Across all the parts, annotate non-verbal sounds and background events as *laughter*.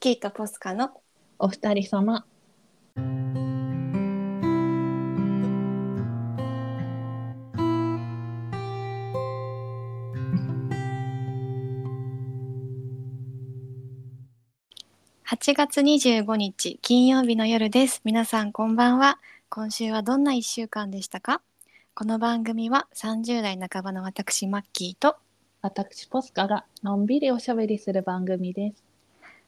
キーとポスカのお二人様。 8月25日金曜日の夜です皆さんこんばんは今週はどんな1週間でしたかこの番組は30代半ばの私マッキーと私ポスカがのんびりおしゃべりする番組です。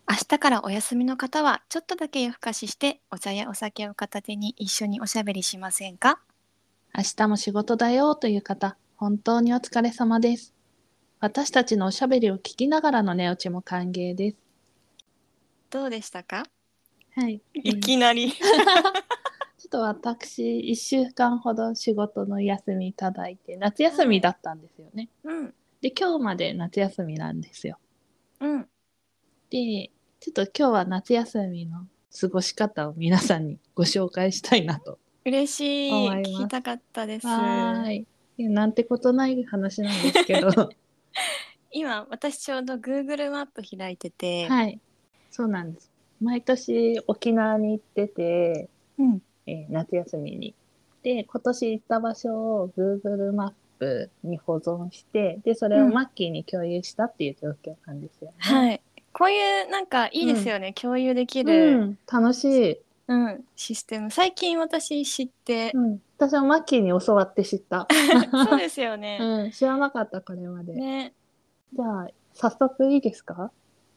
明日からお休みの方はちょっとだけ夜更かししてお茶やお酒を片手に一緒におしゃべりしませんか明日も仕事だよという方、本当にお疲れ様です。私たちのおしゃべりを聞きながらの寝落ちも歓迎です。どうでしたかはい。ちょなりっと私一週間ほど仕事の休みいただいて夏休みだったんですよね。うんで今日まで夏休みなんですよ。うんでちょっと今日は夏休みの過ごし方を皆さんにご紹介したいなと嬉しい思います聞きたかったですはーい。いやなんてことない話なんですけど。 *laughs* は今私ちょうど Google マップ開いてて、い。そうなんです。毎年沖縄に行ってて、うんえー夏休みに。で、今年行った場所を Google マップに保存して、で、それをマッキーに共有したっていう状況なんですよね。はい。こういうなんかいいですよね、共有できうる、ん、楽しい。うんシステム最近私知ってう、ん。私はマッキーに教わって知った。 *laughs* そうですよね、うん、知らなかった、これまで。ねじゃあ、早速いいです *laughs* か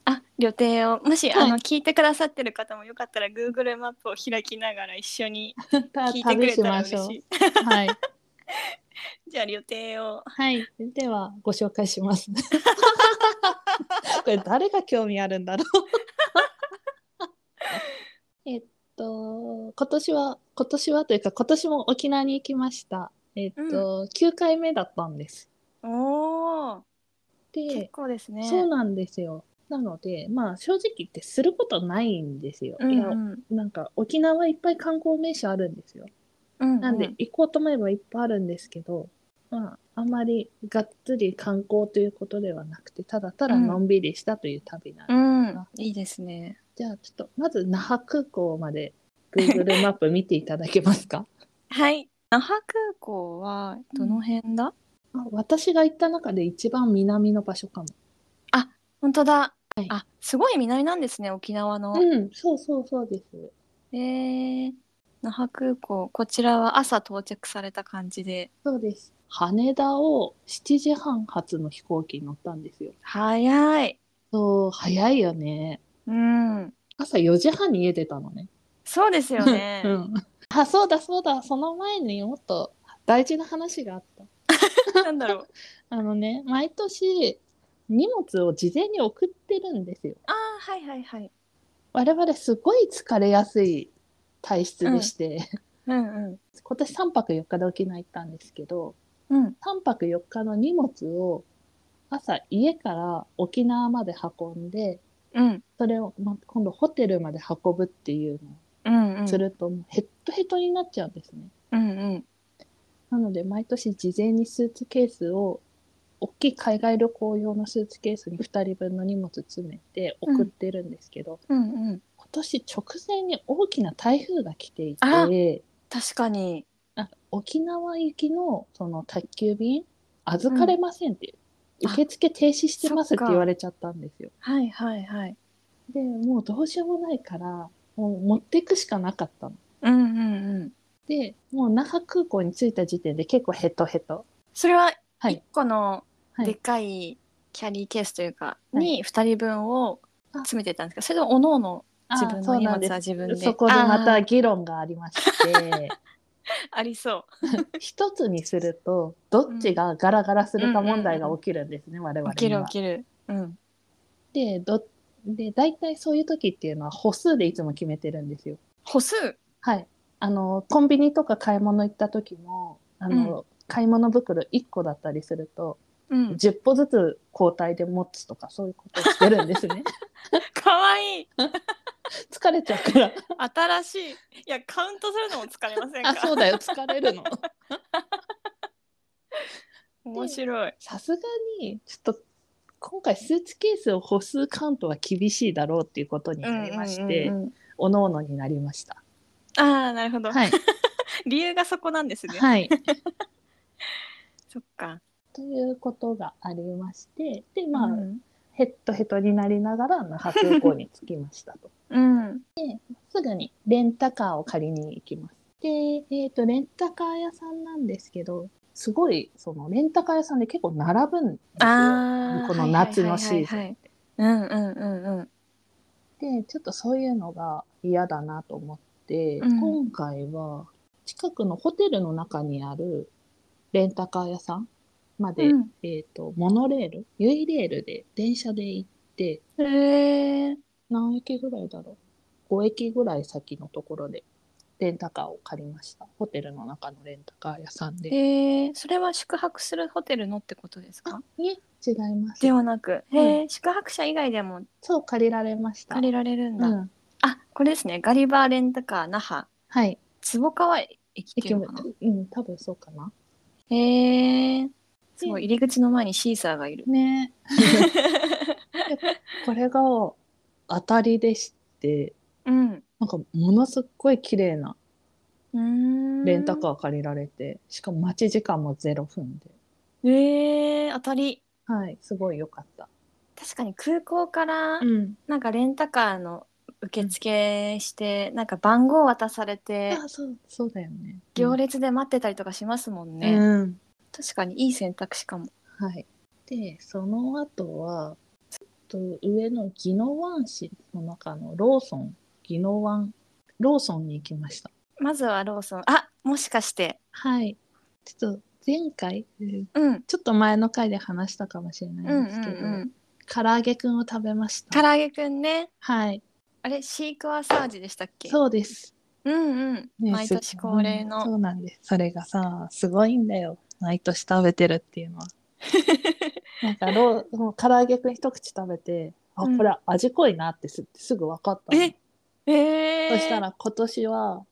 あ予定をもし、はあいの聞いてくださってる方もよかったら Google マップを開きながら一緒に聞いてく旅れしたらま嬉しょしいう。はい。 *laughs* じゃあ予定をはい、ではご紹介 *laughs* します。これ誰が興味あるんだろう。 *laughs* えっと今年は今年はというか今年も沖縄に行きました。えっと、9回目だったんです。おお結で、構ですねそうなんですよ。なのでまあ正直言ってすることないんですよ。うんいうやんなんか沖縄はいっぱい観光名所あるんですよ。うんうんなんで行こうと思えばいっぱいあるんですけど、まあ、あまりがっつり観光ということではなくてただただのんびりしたという旅なんで、うんいいですねじゃあちょっとまず那覇空港まで Google マップ見ていただけますかはい那覇空港はどの辺だ、 *laughs* あ私が行った中で一番南の場所かも。本当だ、はいあすごい南なんですね沖縄の、うん、そうそうそうです。えー、那覇空港こちらは朝到着された感じでそうです。羽田を7時半発の飛行機に乗ったんですよ。早いそう、早いよね。うん朝4時半に家出たのね。そうですよねうん、あそうだそうだその前にもっと大事な話があったなんだろうあのね毎年荷物を事前に送ってるんですよああはいはいはい我々すごい疲れやすい体質でして、うんうん今年3泊4日で沖縄行ったんですけどうん3泊4日の荷物を朝家から沖縄まで運んでうんそれを、ま、今度ホテルまで運ぶっていううんうのんをすると、もうヘッドヘッドになっちゃうんですね。うんうんなので毎年事前にスーツケースを大きい海外旅行用のスーツケースに2人分の荷物詰めて送ってるんですけど、うんうん今年直前に大きな台風が来ていあて確かにあ沖縄行きのその宅急便預かれませんって、うんあ受付停止してますってそっか言われちゃったんですよ。はいはいはいでもうどうしようもないからもう持っていくしかなかったの。うんうんうんでもう那覇空港に着いた時点で結構ヘトヘト。それははい一個のはいでっかいキャリーケースというか、はいに二人分を詰めてたんですかそれともおのおの自分あのそう荷なんで物すは自分でそこでまあたー議論がありま *laughs* して、ありそう一つにすると、どっちがガラガラするか問題が起きるんですね、我々起きにるは。起きる。うん。で、ど、で、大体そういう時っていうのは歩数でいつも決めてるんですよ。歩数。はい。あの、コンビニとか買い物行った時も、あの、買い物袋1個だったりすると、うん。 10歩ずつ交代で持つとか、そういうことをしてるんで *laughs* すね。可愛い疲れちゃう *laughs* から。新しい。いやカウントするのも疲れませんか。あ、そうだよ、疲れるの。面白い。さすがに、ちょっと、今回スーツケースを歩数カウントは厳しいだろうっていうことになりまして、うんうんうんうんおのおのになりました。ああなるほど、はい、理由がそこなんですね、はい、そっかということがありましてでまあ、うんヘッドヘッドになりながら那覇空港に着きましたと。うん *laughs* すぐにレンタカーを借りに行きます。で、えっ、と、レンタカー屋さんなんですけど、すごい、その、レンタカー屋さんで結構並ぶんですよ。あーこの夏のシーズンはいはいはいはいうんうんうんうんで、ちょっとそういうのが嫌だなと思って、うん今回は、近くのホテルの中にあるレンタカー屋さんまで、うんえっ、と、モノレール、ユイレールで電車で行って、へえ何駅ぐらいだろう ?5 駅ぐらい先のところで、レンタカーを借りました。ホテルの中のレンタカー屋さんで。へえそれは宿泊するホテルのってことですかあ、いえ、違いますで。はなく、へえ宿泊者以外でもそう、借りられました。借りられるんだ、うん。あこれですねガリバーレンタカー那覇はい。坪川駅ってい駅うものかなうん、多分そうかな。へえすごい入り口の前にシーサーがいるねこれが当たりでして、うんなんかものすっごい綺麗なうーんレンタカー借りられて、しかも待ち時間も0分で。へえ当たりはい、すごい良かった。確かに空港からん。なんかレンタカーの受付して、なんか番号渡されてあ、そう、そうだよね。行列で待ってたりとかしますもんね、うん。確かにいい選択肢かもはい。で、その後は、ちょっと上の宜野湾市の中のローソン、宜野湾、ローソンに行きました。まずはローソンあもしかしてはい。ちょっと前回、えーうんちょっと前の回で話したかもしうれんうないんんですけど、うん唐揚げくんを食べまし唐揚た。げくんねはい。あれシークワーサージでしたっけそうです。うんうん、ね毎す年恒例の、うんそうなんです。それがさ、すごいんだよ。毎年食べてるっ *laughs* ていうのは。なんかロー、もう唐揚げくん一口食べて、あ、うんこれ味濃いなってすすぐ分かったの。ええー、そしたら今年は、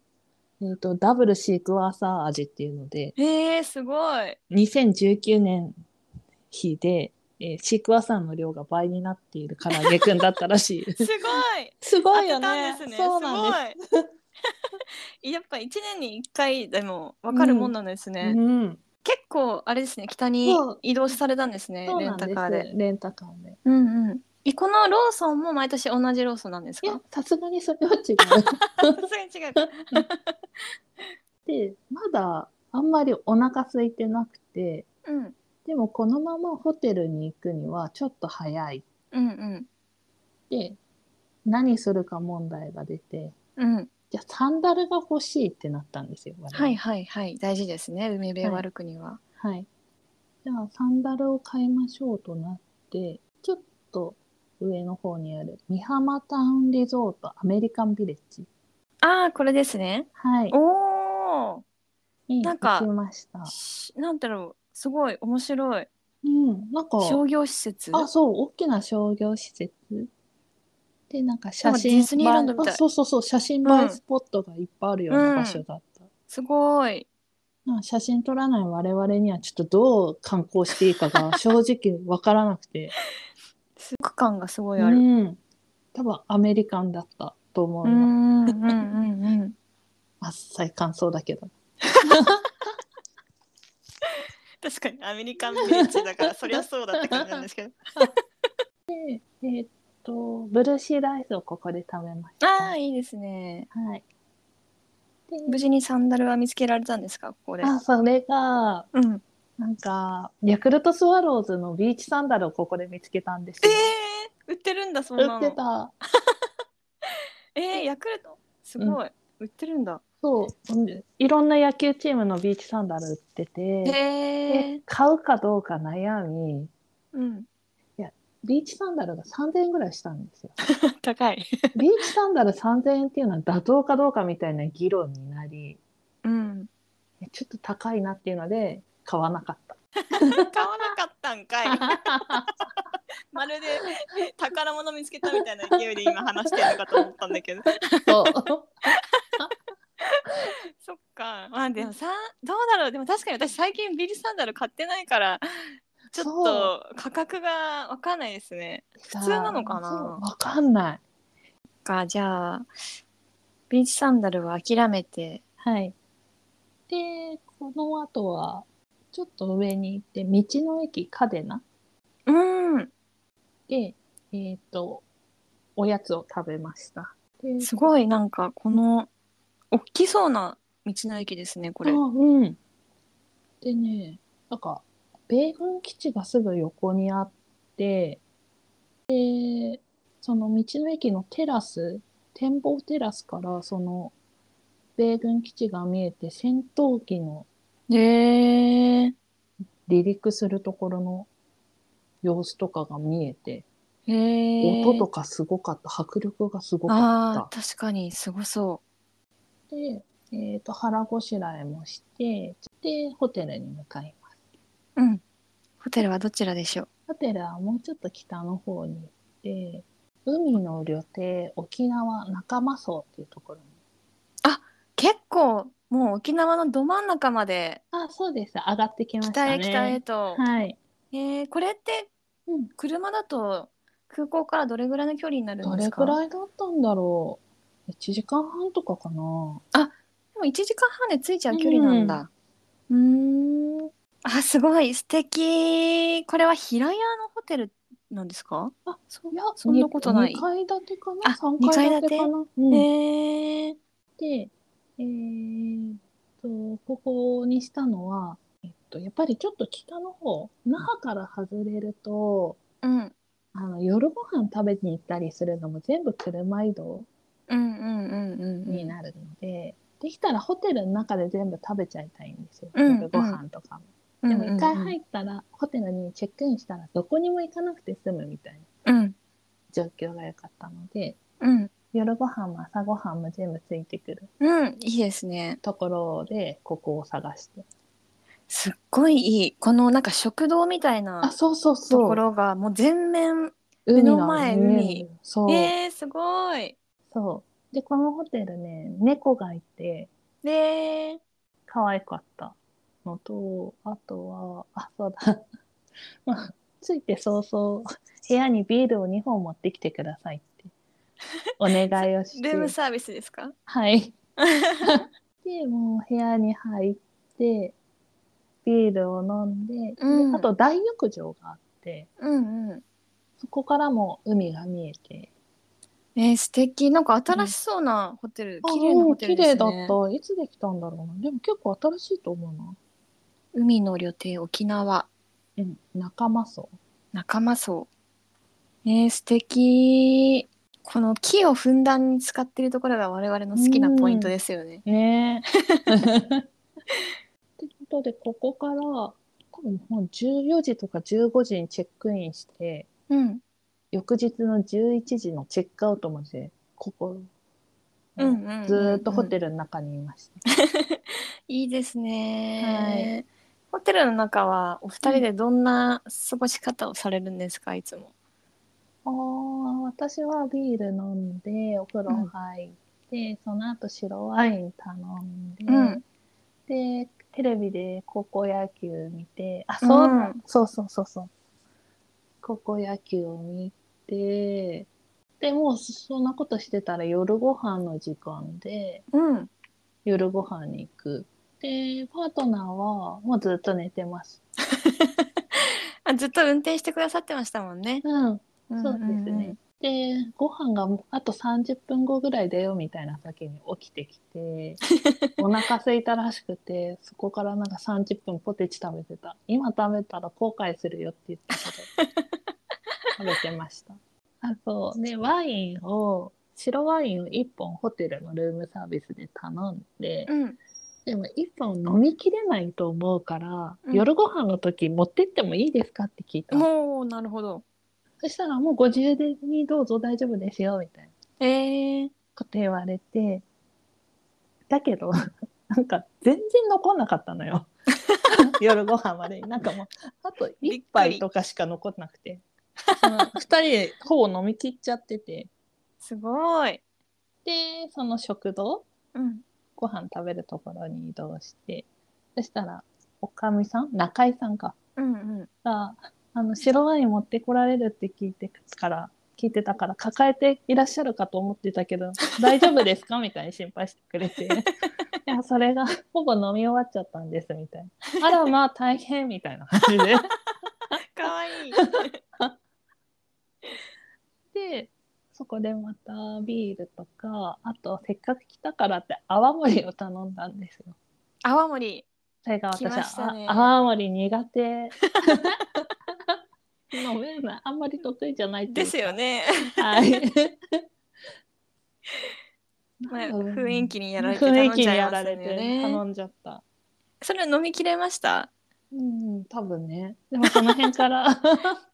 えー、とダブルシークワーサー味っていうのでえー、すごい2019年比で、えーシークワーサーの量が倍になっている唐揚げくんだったら *laughs* しいすご *laughs* いすごいよ当てたねんですねそうなんですすごい *laughs* やっぱ一年に一回でもわかるもんなんですね、うん、結構あれですね北にそう移動されたんですねそうレなンんタでカーですレンタカーでうんうんえこのローソンも毎年同じローソンなんですいやかさすがにそれは違うさすがに違うかでまだあんまりお腹空いてなくて *laughs* うんでもこのままホテルに行くにはちょっと早いうんで何するか問題が出てうんうんじゃあサンダルが欲しいってなったんですよ。我々はい。はいはい大事ですね海辺を歩くには、はい。じゃあサンダルを買いましょうとなって、ちょっと上の方にある美浜タウンリゾートアメリカンビレッジ。ああこれですねはい。おおになん行かきました。しなんだろうすごい面白いうん。なんか、商業施設あ、そう、大きな商業施設。で、なんか写なんかデ真ィズニーランドみたいあそうそうそう、写真う映えんスポットがいっぱいあるような場所だった。すごいまあ写真撮らない我々にはちょっとどう観光していいかが *laughs* 正直わからなくて。すごく感がすごいある、うん、多分アメリカンだったと思ううな、ん、うんうんうんあっさい感想だけど *laughs* 確かにアメリカンビレッジだからそりゃそうだって感じなんですけどえーっとブルーシーライスをここで食べました *laughs* ああはいいいですねで無事にサンダルは見つけられたんですかここであそれがうんなんかヤクルトスワローズのビーチサンダルをここで見つけたんですえよー、売ってるんだそんなの売ってたえー、ヤクルトすごい、売ってるんだそううんいろんな野球チームのビーチサンダル売ってへてえで買うかどうか悩みうんビーチサンダルが3000円ぐらいしたんですよ *laughs* *laughs* 高いビーチサンダル3000円っていうのは妥当かどうかみたいな議論になりうんえちょっと高いなっていうので買わなかった。 *laughs* 買わなかったんかい *laughs* まるで宝物見つけたみたいな勢いで今話してるのかと思ったんだけど *laughs* そう。そっかまあでもさどうだろうでも確かに私最近ビリサンダル買ってないから *laughs* ちょっそと価格がわかんないですね。普通なのかなわかんない。かじゃあビーチサンダルは諦めてはい。で、この後は、ちょっと上に行って、道の駅カデナうんで、えっ、と、おやつを食べました。ですごいなんかこの大きそうな道の駅ですねこれあ。うん。でね、なんか、米軍基地がすぐ横にあって、で、その道の駅のテラス、展望テラスから、その、米軍基地が見えて、戦闘機のへえ離陸するところの様子とかが見えて、へえ音とかすごかった、迫力がすごあかー確かにすごそった。で、えっ、と、腹ごしらえもして、で、ホテルに向かいます。う。うんホテルはどちらでしょうホテルはもうちょっと北の方に行って、海の旅程沖縄仲間荘っていうところに。結構もう沖縄のど真ん中まであ、そうです。上がってきました北ね。へ北へと。はい。えーこれってうん車だと空港からどれぐらいの距離になるどんでれすかくらいだったんだろう。1時間半とかかな。でも1時間半で着いちゃう距離なんだ。うーん。あ、すごい素敵。これは平屋のホテルなんですか？あ、そいや、そんなことない2階建てかあな ?3 階建てかなうんへえ。で、えーっと、ここにしたのは、えっと、やっぱりちょっと北の方、那覇から外れると、うんあの、夜ご飯食べに行ったりするのも全部車移動うんうんうんうんになるので、できたらホテルの中で全部食べちゃいたいんですよ。うん夜ご飯とかも。うん。でも一回入っったら、ホテルにチェックインしたら、どこにも行かなくて済むみたいなうん状況が良かったので、うん夜ご飯も朝ご飯も全部ついてくるうんいいですね。ところで、ここを探して。すっごいいい。このなんか食堂みたいあ、なそうそうとそう。ころがもう全面。海目なの前うん海そう、えー、すごい。そう。で、このホテルね、猫がいて、で、可愛かったのと、あとは、あ、そうだ。 *laughs* まあ、ついて早々、部屋にビールを2本持ってきてくださいって、お願いをしルームて、サービス *laughs* ですか？はい。 *laughs* で、もう部屋に入って、ビールを飲んで、でうんあと大浴場があって、うんうん。そこからも海が見えて、えー、素敵なんか新しそうなホテル、綺麗なホテル綺です麗ね。だった。いつできたんだろうな。でも結構新しいと思うな。海の旅程沖縄うん、仲間層。仲間荘えー、素敵この木をふんだんに使ってるところが我々の好きなポイントですよねね *laughs* え。ということで、ここから、多分もう14時とか15時にチェックインして、うん翌日の11時のチェックアウトまで、ここ、うんうんうんうんずーっとホテルの中にいました。いいですねホテルの中はお二人でどんな過ごし方をされるんですかいつもあー私はビール飲んで、お風呂入って、その後白ワイン頼んで、うんで、テレビで高校野球見て、あ、うんそう、そうそうそうそう。高校野球を見て、で、もうそんなことしてたら夜ご飯の時間で、うん夜ご飯に行く。で、パートナーはもうずっと寝てます。あずっと運転してくださってましたもんねうん、そうですんんね。で、ご飯がもうあと30分後ぐらいだよみたいな時に起きてきて、 *laughs* お腹空いたらしくて、そこからなんか30分ポテチ食べてた。今食べたら後悔するよって言ってたけど、食べてました。あと、ね、ワインを、白ワインを1本ホテルのルームサービスで頼んで、うん、うんでも1本飲みきれないと思うから、うん夜ご飯の時持ってってもいいですかって聞いたの。もうなるほどそしたらもうご自由にどうぞ大丈夫ですよ、みたいな。えー、こと言われて、だけど、 *laughs* なんか全然残んなかったのよ。 *laughs* 夜ご飯までに。なんかもう、あと一杯とかしか残んなくて。その二人でほぼ飲み切っちゃってて。すごいで、その食堂、うんご飯食べるところに移動して、そしたら、おかみさん中井さんか。うんうん。があの白ワイン持ってこられるって聞いてから聞いてたから抱えていらっしゃるかと思ってたけ *laughs* ど大丈夫ですかみたいに心配してくれていやそれがほぼ飲み終わっちゃったんですみたいなあらまあ大変みたいな感 *laughs* じで可愛いい。でそこでまたビールとかあとせっかく来たからって泡盛を頼んだんですよ。泡盛。それが来私ましたは、ねあ泡盛苦 *laughs* 手。 *laughs* 飲めないあんまり得意じゃないっていでうかすよね。はい。まあ、うん雰囲気にやられて雰頼囲ん気にじゃいやまらすよれて頼ね。んじゃった。それ飲みきれました。うん、多分ね。でもその辺 *laughs* から、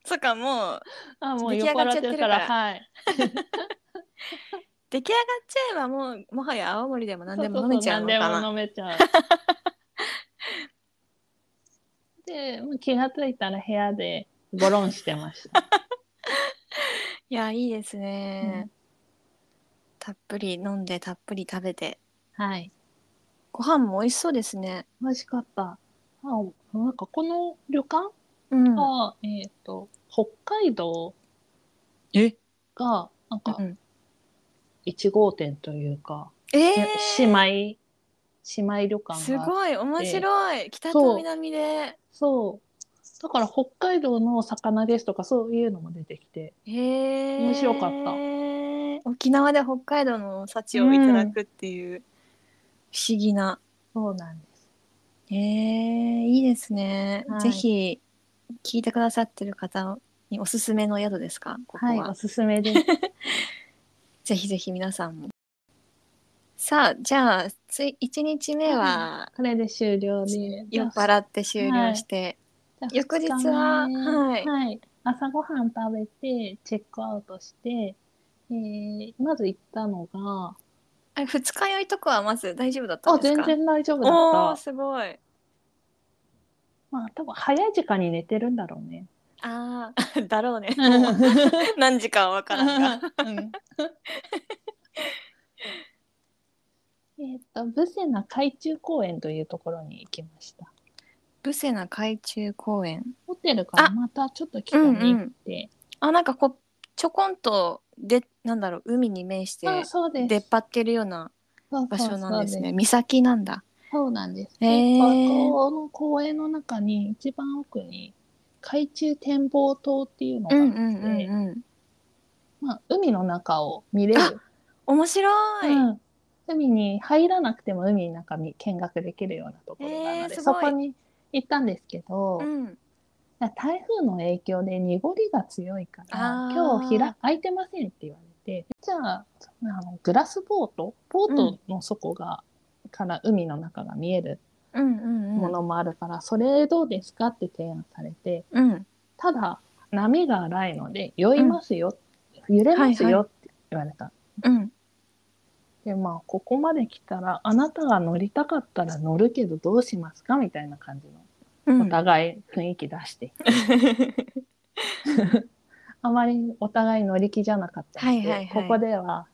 そっかもうあ、もう出来酔上っがっちゃ払っっててるるかからら、はい。出来上がっちゃえばもうもはや青森でも何でも飲めちゃうのそかな。そそ何でも飲め *laughs* ちゃう。で、もう気がついたら部屋でゴロンしてま *laughs* した。いやいいですね、たっぷり飲んでたっぷり食べてはい。ご飯も美味しそうですね。美味しかった。あなんかこの旅館うん。が、えっ、と、北海道え？が、なんかうん、 1号店というか、えねー、姉妹、姉妹旅館すがあってごい面白い北と南で。そう。だから北海道の魚ですとかそういうのも出てきて。へえ。面白かった。沖縄で北海道の幸をいただくっていう、不思議な。そうなんです。えー、いいですね、はいぜひ聞いてくださってる方におすすめの宿ですかここは、はい、おすすめです。ぜひぜひ皆さんもさあじゃあつい1日目はこれで終了で。 *laughs* 酔っ払って終了して、じゃあ翌日は二日目はいはい。朝ごはん食べて、チェックアウトして、えー、まず行ったのが、あれ二日酔いとかはまず大丈夫だったんあ、です全か然大丈夫だっおーた。すごいまあ、多分早い時間に寝てるんだろうね。ああ *laughs* だろうねうんもう何時かは分からんがうんえっと、ブセナ海中公園というところに行きました。ブセナ海中公園ホテルからあまたちょっと北に行って、あなんかこうちょこんとでなんだろう海に面してあ、そうです。出っ張ってるようなそう場そう所なんですそうね。岬なんだ。そうなんです。へーでここの公園の中に一番奥に海中展望塔っていうのがあって、ん。まあ、海の中を見れる、面白い。うん海に入らなくても海の中見見学できるようなところがあるので、へーすそごいこに行ったんですけど、うん。台風の影響で濁りが強いからあー今日ひら空いてませんって言われてじゃああのグラスボートボートの底が、から海の中が見えるうんうんものもあるから、それどうですかって提案されてうん。うん。ただ波が荒いので酔いますよ、揺れますよって言われた。うん。でまあここまで来たらあなたが乗りたかったら乗るけどどうしますかみたいな感じのうおん。互い雰囲気出して、あまりお互い乗り気じゃなかったので、はいはいはいここでは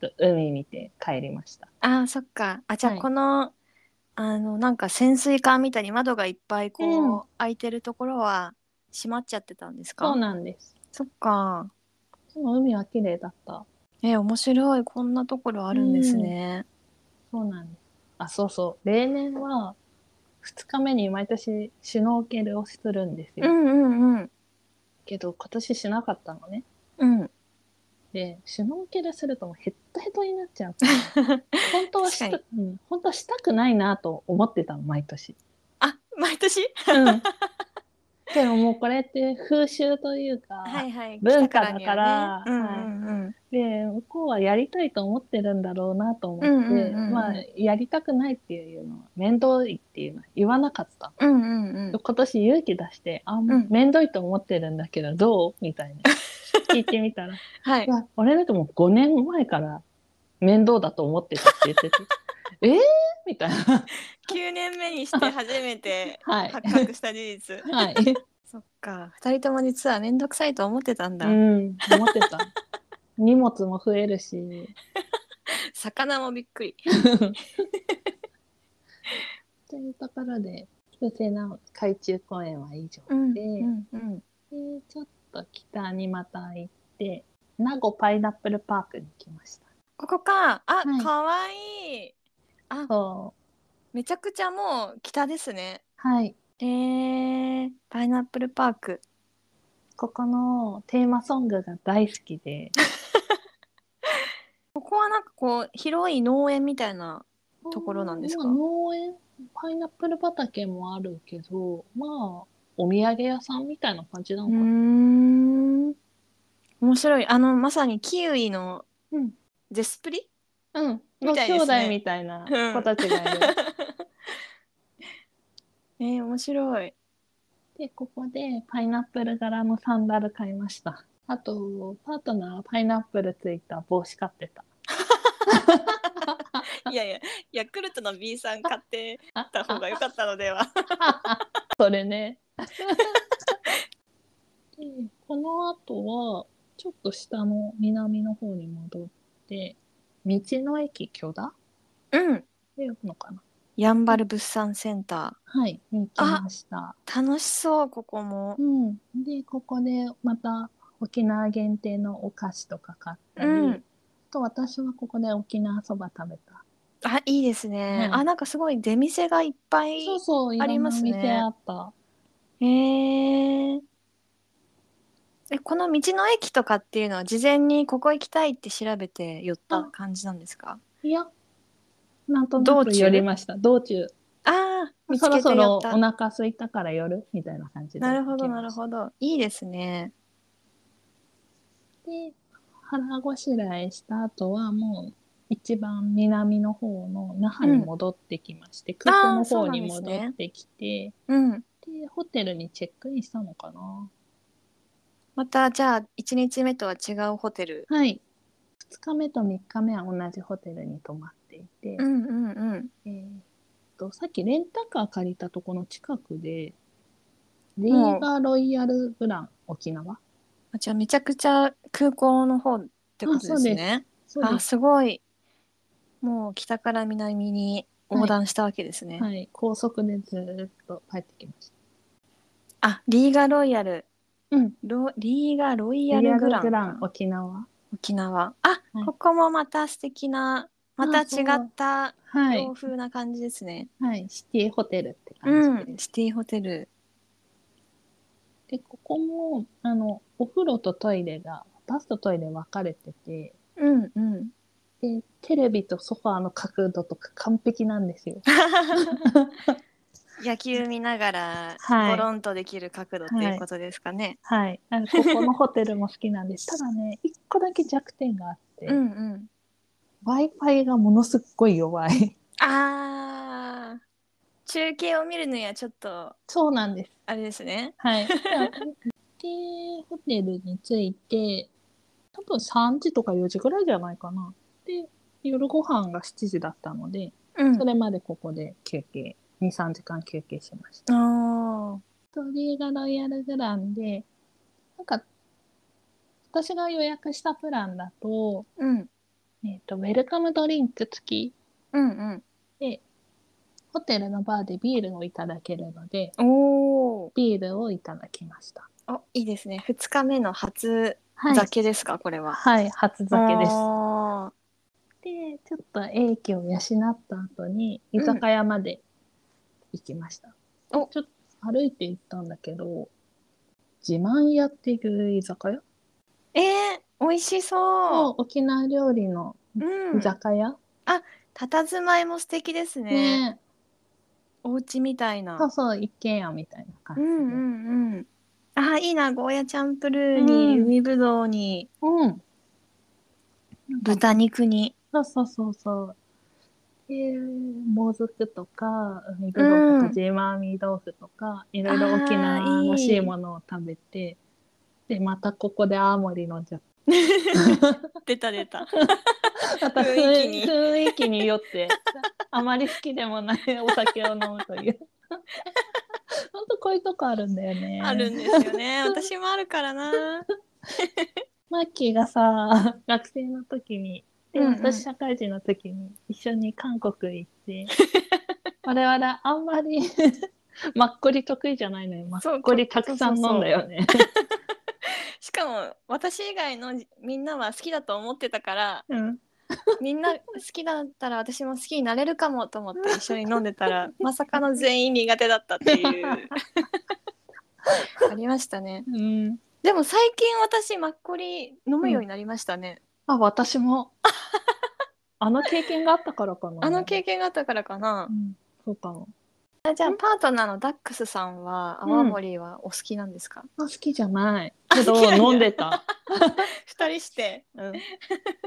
ちょっと海見て帰りました。 *laughs* あー、そっか。あ、じゃあはいこの、あの、なんか潜水艦みたいに窓がいっぱいこう、うん開いてるところは閉まっちゃってたんですかそうなんです。そっか。でも海は綺麗だった。えー、面白い。こんなところあるんですね。そうなんです。あ、そうそう。例年は2日目に毎年シュノーケルをするんですうよ。んうんうん。けど今年しなかったのね。うん。で、シュノーケルするともうヘッドヘッドになっ *laughs* ちゃうから。本当はした、確うん、本当はしたくないなと思ってたの、毎年。あ、毎年 *laughs* うん。でももうこれって風習というか、はいはい。文化来たにはねだからうんうんうん。で向こうはやりたいと思ってるんだろうなと思って、うんうんうんうんまあやりたくないっていうのは面倒いっていうのは言わなかった、うんうんうん。今年勇気出してあ、ん面倒いと思ってるんだけどどうみた *laughs* いな聞いてみたらいはい。や俺だってもう5年前から面倒だと思ってたって *laughs* 言っててえー、みたいな9年目にして初めてはい発覚した事実はい、 *laughs* そっか2人とも実は面倒くさいと思ってたんうだ、ん、思ってた荷物も増えるし魚もびっくりというところでうちの海中公園は以上うんで、うんうんでちょっと北にまた行って名護パイナップルパークに来ました。ここかあ、はいかわいいあそうめちゃくちゃもう北ですねはいへえパイナップルパークここのテーマソングが大好きでここはなんかこう広い農園みたいなところなんですかまあ農園パイナップル畑もあるけどまあお土産屋さんみたいな感じなのうーかな、ん面白いあのまさにキウイのうんゼスプリうん、みたい兄ですね弟みたいな子たちがいる。 *laughs* えー、面白いで、ここでパイナップル柄のサンダル買いました。あと、パートナーはパイナップルついた帽子買ってた。 *laughs* いやいやヤクルトの B さん買ってた方が良かったのではそれね。 *laughs* で、この後は、ちょっと下の南の方に戻って、道の駅許田 *laughs* うんで呼ぶのかなやんばる物産センタはい、に行きました。ー楽しそうここもうん。で、ここでまた沖縄限定のお菓子とか買ったり、うんあと私はここで沖縄そば食べた。あいいですね、はいあなんかすごい出店がいっぱいそうそう、いあろりんなますね店あった。へええこの道の駅とかっていうのは事前にここ行きたいって調べて寄った感じなんですかいや、なんとな道く中寄りました。道中。ああ見つそけろそて寄ろおった腹空いたから寄るみたいな感じで。なるほどなるほどいいですねど。で、腹ごしらえした後は、もう、一番南の方の那覇に戻ってきまして、空港あーのそう方なんにですね戻ってきてうんで、ホテルにチェックインしたのかなまたじゃあ1日目とは違うホテルはい。2日目と3日目は同じホテルに泊まっていて、うんうんうんえーっと、さっきレンタカー借りたとこの近くで、リもうーガロイヤルブラン沖縄あじゃあめちゃくちゃ空港の方ってことですねそあすごいもう北から南に横断したわけですね、はい、高速でずーっと帰ってきましあリーガロイヤルた。うん。ロリーガロイリヤーガルルグラングラン沖縄。沖縄あ、はいここもまた素敵なまたあそう違ったはい洋。風な感じですね、はい。シティホテルってう感じで。んシティホテルで、ここも、あの、お風呂とトイレが、バスとトイレ分かれてて、うんうんで、テレビとソファーの角度とか完璧なんですよ。 *laughs* 野球見ながらはいゴロンとできる角度っていうことですかね、はい。あのここのホテルも好きなん *laughs* です。ただね、一個だけ弱点があって、うんうん Wi-Fi がものすっごい弱い。あー中継を見るのにはちょっとそうなんです。あれですねはい。で、ホテルに着いて、多分3時とか4時ぐらいじゃないかな。で、夜ご飯が7時だったので、うんそれまでここで休憩、2、3時間休憩しました。あトリーがロイヤルグランで、なんか、私が予約したプランだと、ーうんえっ、と、ウェルカムドリンク付きうんで、ホテルのバーでビールをいただけるので、うんおおビールをいただきました。あいいですね2日目の初はい。酒ですか、これははい、初酒です。あーで、ちょっと英気を養った後に、居酒屋まで行きました。おちょっと歩いて行ったんだけど、自慢屋っていう居酒屋えー、美味しそう。沖縄料理のう居ん。酒屋、佇まいも素敵ですね。ねお家みたいそうな。そう、一軒家みたいな感うじで。んうんうん。あーいいなゴーヤチャンプルーに、うん海ぶどうにうん豚肉に。そうそうそうそう。えもずくとか、海ぶどううとんか、ジーマーミー豆腐とか、いろいろあー沖縄らしいいいものを食べて、で、またここで青森飲んじゃった出た出 *laughs* た。また *laughs* 雰囲気雰囲気にに *laughs* 雰囲気によってあまり好きでもないお酒を飲むという *laughs* 本当こういうとこあるんだよねあるんですよ *laughs* ね。私もあるからな。マッキーがさ *laughs* 学生の時にでうんうん私社会人 *laughs* の時に一緒に韓国行って我々あんまり *laughs* マッコリ得意じゃないのにマそうッコリたくさん飲んだよね。しかも私以外のみんなは好きだと思ってたからうんみんな好きだったら私も好きになれるかもと思って一緒に飲んでた *laughs* らまさかの全員苦手だったっていう *laughs* ありましたね *laughs* うん。でも最近私マッコリ飲むようになりましたね、あ、私も。 *laughs* あの経験があったからかな。あの経験があったからかなう、ん。そうかも。あじゃあパートナーのダックスさんはうん泡盛はお好きなんですか、あ好きじゃない。け好き *laughs* じゃどない飲んでた。二人してうん。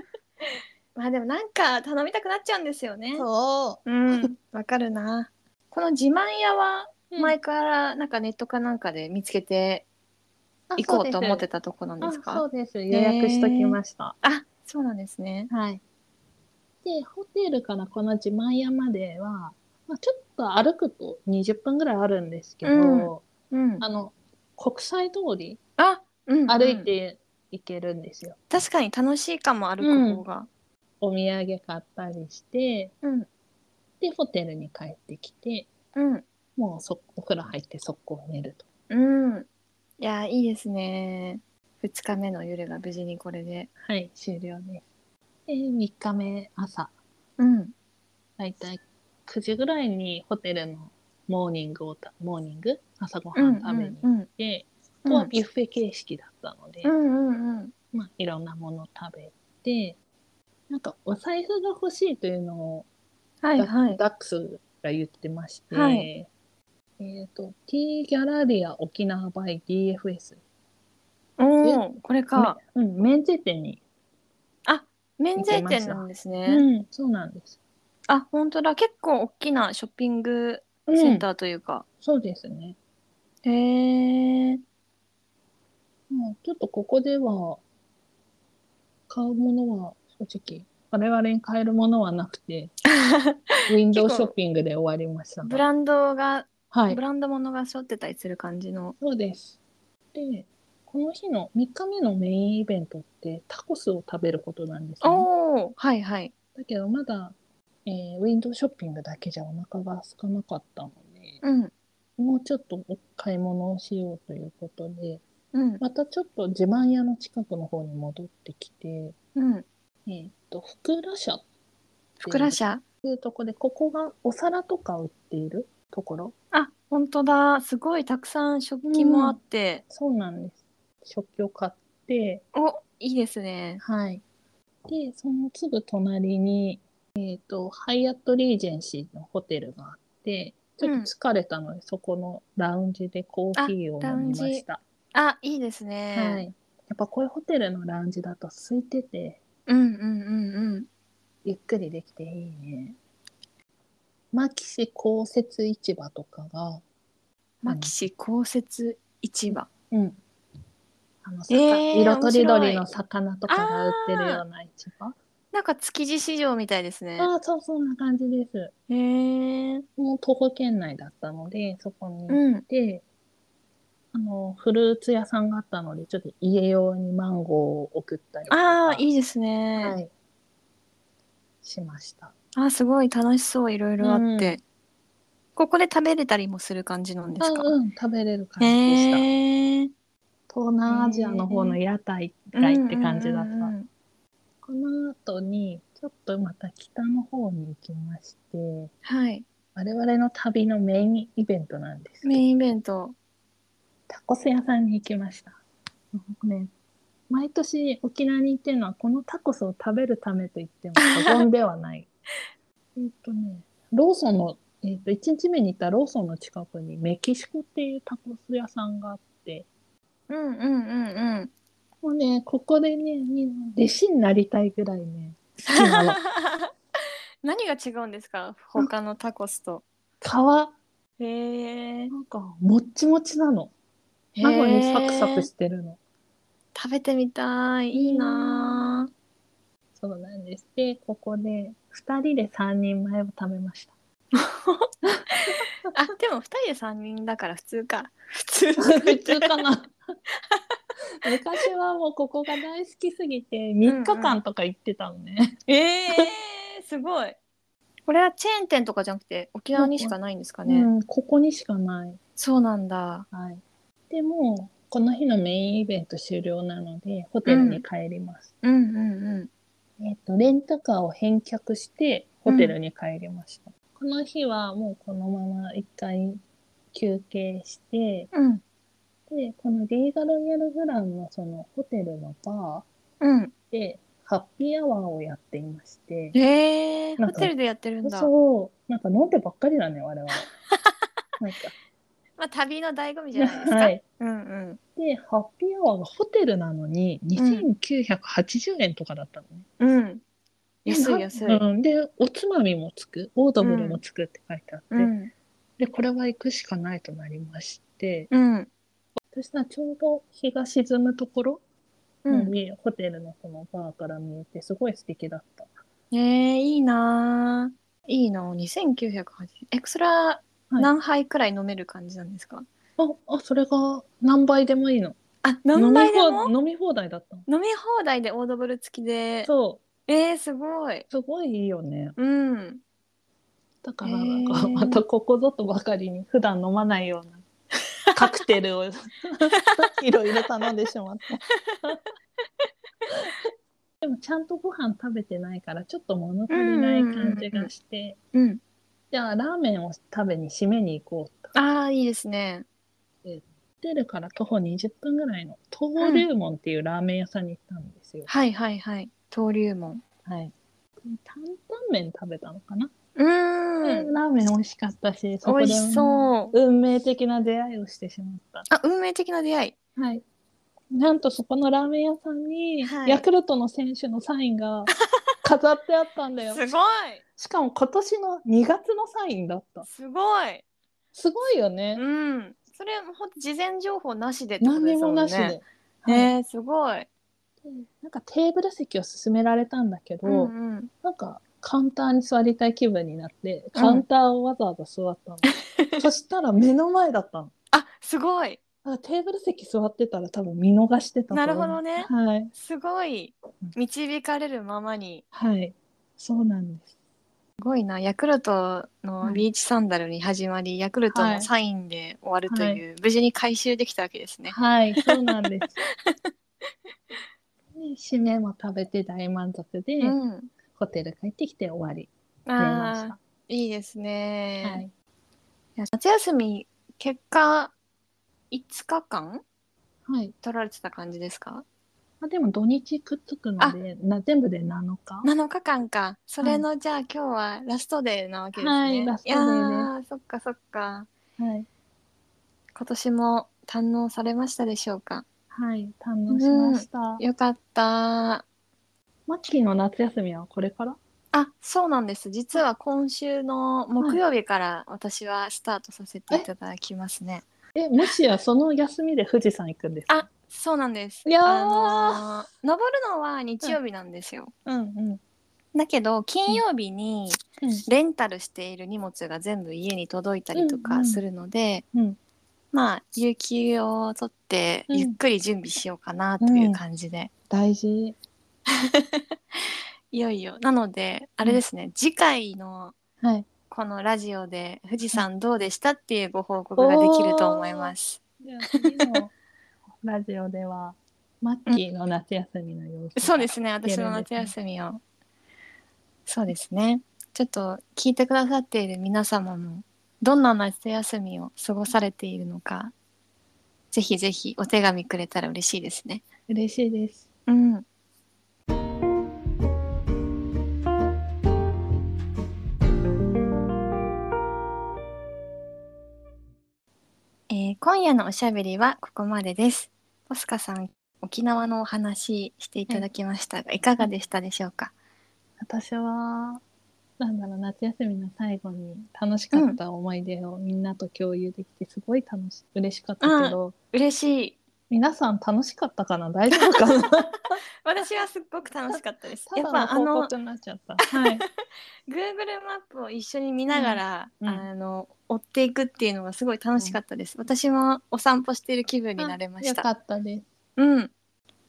*laughs* まあでもなんか頼みたくなっちゃうんですよねそうんわかるなこの自慢屋はう前からなんかネットかなんかで見つけて行こうと思ってたとこなんですかあそうです。予約しときました。あ、そうなんですね。はい。で、ホテルからこの自慢屋までは、まあ、ちょっと歩くと20分ぐらいあるんですけど、うんあの、国際通りあ、うん、歩いて行けるんですよ。確かに楽しいかも歩く方が。お土産買ったりして、うん、で、ホテルに帰ってきて、うん、もうそお風呂入って速攻寝ると。うん。いや、いいですね。二日目の夜が無事にこれで。はい、終了です。で、3日目朝、うん、だいたい9時ぐらいにホテルのモーニングをた、モーニング朝ごうはん、ん食べに行って、うん、あとはビュッフェ形式だったので、うん、うん、うん、まあ、いろんなものを食べて、なんかお財布が欲しいというのをはい、はい。ダックスが言ってまして、はいえっ、と、T ギャラリア沖縄 by DFS。おお、これか。めうん、免税店に。免税店なんですね。うん、そうなんです。あ、本当だ。結構大きなショッピングセセンンタターーというか。そうですね。へえ。もうちょっとここでは、買うものは、正直、我々に買えるものはな *laughs* くて、ウィンドウショッピングで終わりましたが。ブランドが、はいブ。ランドものが背負ってたりする感じの。そうです。で、この日の3日目のメインイベントってタコスを食べることなんですね。おお、はい、はい。だけどまだ、えーウィンドウショッピングだけじゃお腹が空かなかったので、うん。もうちょっとお買い物をしようということで、うんまたちょっと自慢屋の近くの方に戻ってきて、うん、えっ、と、福良社っふくら社ていうとこで、ここがお皿とか売っているところ。あ本当だすごいたくさん食器もあって、そうなんです。食器を買って、おいいですねはい。で、そのすぐ隣に、えっ、と、ハイアットリージェンシーのホテルがあって、ちょっと疲れたので、そこのラウンジでコーヒーをあラウ飲ンみジました。あいいですはい。ね、やっぱこういうホテルのラウンジだと空いてて、うんうんうんうんゆっくりできていいね。マキシ公設市場とかが、牧師公設市場うん。あの、えー色とりど面白りいの魚とかが売ってるような市場。なんか築地市場みたいですねああー、そう、そんな感じです。へえもう徒歩圏内だったので、そこに行っうんて、あの、フルーツ屋さんがあったので、ちょっと家用にマンゴーを送ったりとか。あーいいですね、はい。しました。あすごい楽しそういろいろあって、うここで食べれたりもする感じなんですか、うんうん、食べれる感じでした。へえ東南アジアの方の屋台街って感じだった。うんうんうんうんこの後に、ちょっとまた北の方に行きまして、はい我々の旅のメインイベントなんですけどメインイベントタコス屋さんに行きました。ね、毎年沖縄に行ってるのはこのタコスを食べるためと言っても過言ではない。えっとね、ローソンの、えっと、1日目に行ったローソンの近くにメキシコっていうタコス屋さんがあって、うんうんうんうんもうね、ここでね、に弟子になりたいぐらいね、好きなの。何が違うんですか他のタコスと。皮、へえ。なんか、もっちもちなの。なのにサクサクしてるの。食べてみたい。いいなーそうなんです。で、ここで2人で3人前を食べました。あ、でも二人で三人だから普通か。普 *laughs* 通普通かな昔はもうここが大好きすぎて3日間とか行ってたのね、ええー、すごい。これはチェーン店とかじゃなくて沖縄にしかないんですかね、うん、ここにしかない。そうなんだはい。でも、この日のメインイベント終了なので、ホテルに帰ります。うんうんうんえっ、と、レンタカーを返却して、ホテルに帰りました。この日はもうこのまま一回休憩して、うんで、このリーガロイヤルグランのそのホテルのバうんーで、ハッピーアワーをやっていまして、へえなホんかテルでやってるんだそう、なんか飲んでばっかりだね、*laughs* 我々。なんか。まあ旅の醍醐味じゃないですか、はい。うんうんで、ハッピーアワーがホテルなのに、2980円とかだったのね。うん安い安い、うん、でおつまみもつくオードブルもつくって書いてあって、うんでこれは行くしかないとなりましてうんそしたらちょうど日が沈むところうのん、見え、ホテルのこのバーから見えてすごい素敵だったえー、いいなーいいな2980えそれは何杯くらい飲める感じなんですか、ああそれが何倍でもいいのあ何杯でも飲み放飲み放題だったの飲み放題でオードブル付きでそえー、すごいうすごいいいよねうんだからなんか、へーまたここぞとばかりに普段飲まないようなカクテ *laughs* ルをいろいろ頼んでしまった。 *laughs* でもちゃんとご飯食べてないからちょっと物足りない感じがして、うんじゃあラーメンを食べに締めに行こうと。ああいいですねホテルから徒歩20分ぐらいの東龍門っていうラーメン屋さんに行ったんですよ。はいはいはい登竜門はい。担々麺食べたのかな、うーんラーメン美味しかったし、そこ美で味しそう運命的な出会いをしてしまった。あ運命的な出会いはい。なんとそこのラーメン屋さんに、はいヤクルトの選手のサイン *laughs* が飾ってあったんだよ。すごいしかも今年の2月のサインだった。すごいすごいよね。うんそれもほんと事前情報なしでってこと何でにすももんねなしで。はいえー、すごい、なんかテーブル席を勧められたんだけど、うんうん、なんかカウンターに座りたい気分になって、カウンターをわざわざ座ったの。 *laughs* そしたら目の前だったの。あすごいだからテーブル席座ってたら多分見逃してたと思うなるほどねはい。すごい導かれるままにはい。そうなんです。すごいなヤクルトのビーチサンダルに始まり、ヤクルトのサインで終わるという、無事に回収できたわけですね。はい、そうなんです。で締めも食べて大満足で、うん、ホテル帰ってきて終わり寝ましああた。いいですね、はいい、や夏休み結果5日間はい取られてた感じですかまあ、でも土日くっつくのでな全部で7日 ?7 日間かそれの、じゃあ今日はラストデーなわけですね。はいラストデーですいやーそっかそっかはい、今年も堪能されましたでしょうかはい、堪能しました、よかったマッキーの夏休みはこれからあそうなんです実は今週の木曜日から私はスタートさせていただきますね、えもしやその休みで富士山行くんですかあそうなんですいやーあのー登るのは日曜日なんですよ、うんうんだけど金曜日にうレンタルしている荷物が全部家に届いたりとうんうかんするので、うんまあ有給を取ってうんゆっくり準備しようかなという感じで、大事いよいよなのであれですね、次回のはいこのラジオで富士山どうでしたっていうご報告ができると思います。では次のラジオではマッキーの夏休みの様子がそうですね、出私るのんで夏す休ねみを。そうですね。ちょっと聞いてくださっている皆様も、どんな夏休みを過ごされているのか、ぜひぜひお手紙くれたら嬉しいですね。嬉しいですうん。えー今夜のおしゃべりはここまでです。ポスカさん、沖縄のお話していただきましたが、いかがでしたでしょうか。私は、なんだろう、夏休みの最後に楽しかった思い出をみんなと共有できて、すごい楽し、嬉しかったけど、嬉しい。皆さん楽しかったかな大丈夫かなた私はすっごく楽しか *laughs* った *laughs* です。やっだのぱあ報の告になっちゃった。はい。 Google マップを一緒に見ながら、うんうんあの追っていくっていうのがすごい楽しかったです。私もお散歩している気分になれましよた。かったです。うん、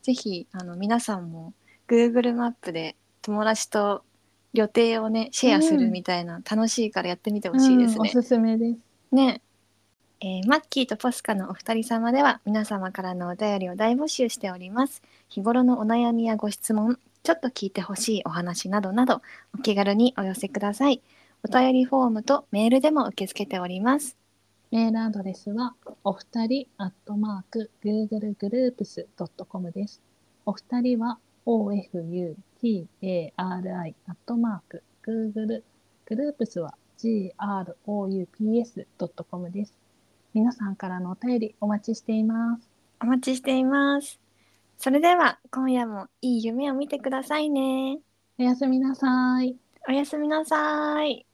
ぜひあの皆さんも Google マップで友達と予定をねシェアするみたいな、楽しいからやってみてほしいですうんおね。すすめです。ね、えーマッキーとポスカのお二人様では皆様からのお便りを大募集しております。日頃のお悩みやご質問、ちょっと聞いてほしいお話などなどお気軽にお寄せください。お便りフォームとメールでも受け付けております。メールアドレスは、お二人アットマーク、googlegroups.com です。お二人は、ofutari アットマーク、google、グループスは groups.com です。皆さんからのお便りお待ちしています。お待ちしています。それでは今夜もいい夢を見てくださいね。おやすみなさい。おやすみなさい。